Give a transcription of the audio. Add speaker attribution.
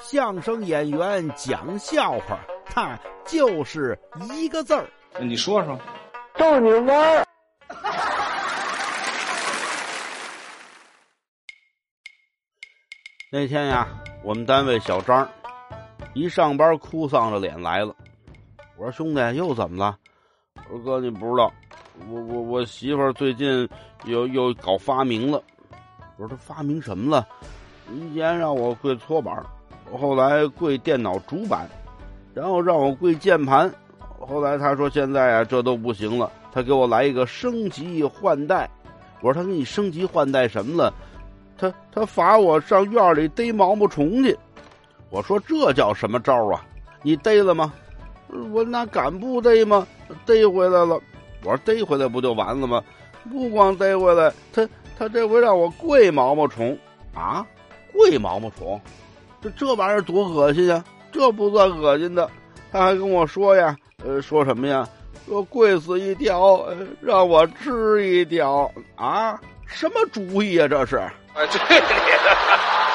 Speaker 1: 相声演员讲笑话，他就是一个字儿。
Speaker 2: 你说说，
Speaker 3: 逗你玩儿。
Speaker 1: 那天呀，我们单位小张一上班哭丧着脸来了。我说兄弟又怎么了？我说哥你不知道，我我我媳妇儿最近又又搞发明了。我说她发明什么了？以前让我跪搓板儿，后来跪电脑主板，然后让我跪键盘。后来他说现在啊这都不行了，他给我来一个升级换代。我说他给你升级换代什么了？他他罚我上院里逮毛毛虫去。我说这叫什么招儿啊？你逮了吗？我那敢不逮吗？逮回来了。我说逮回来不就完了吗？不光逮回来，他他这回让我跪毛毛虫啊，跪毛毛虫，这这玩意儿多恶心呀！这不算恶心的，他还跟我说呀，呃，说什么呀？说跪死一条，呃让我吃一条啊？什么主意呀、这是？
Speaker 2: 啊，对你的，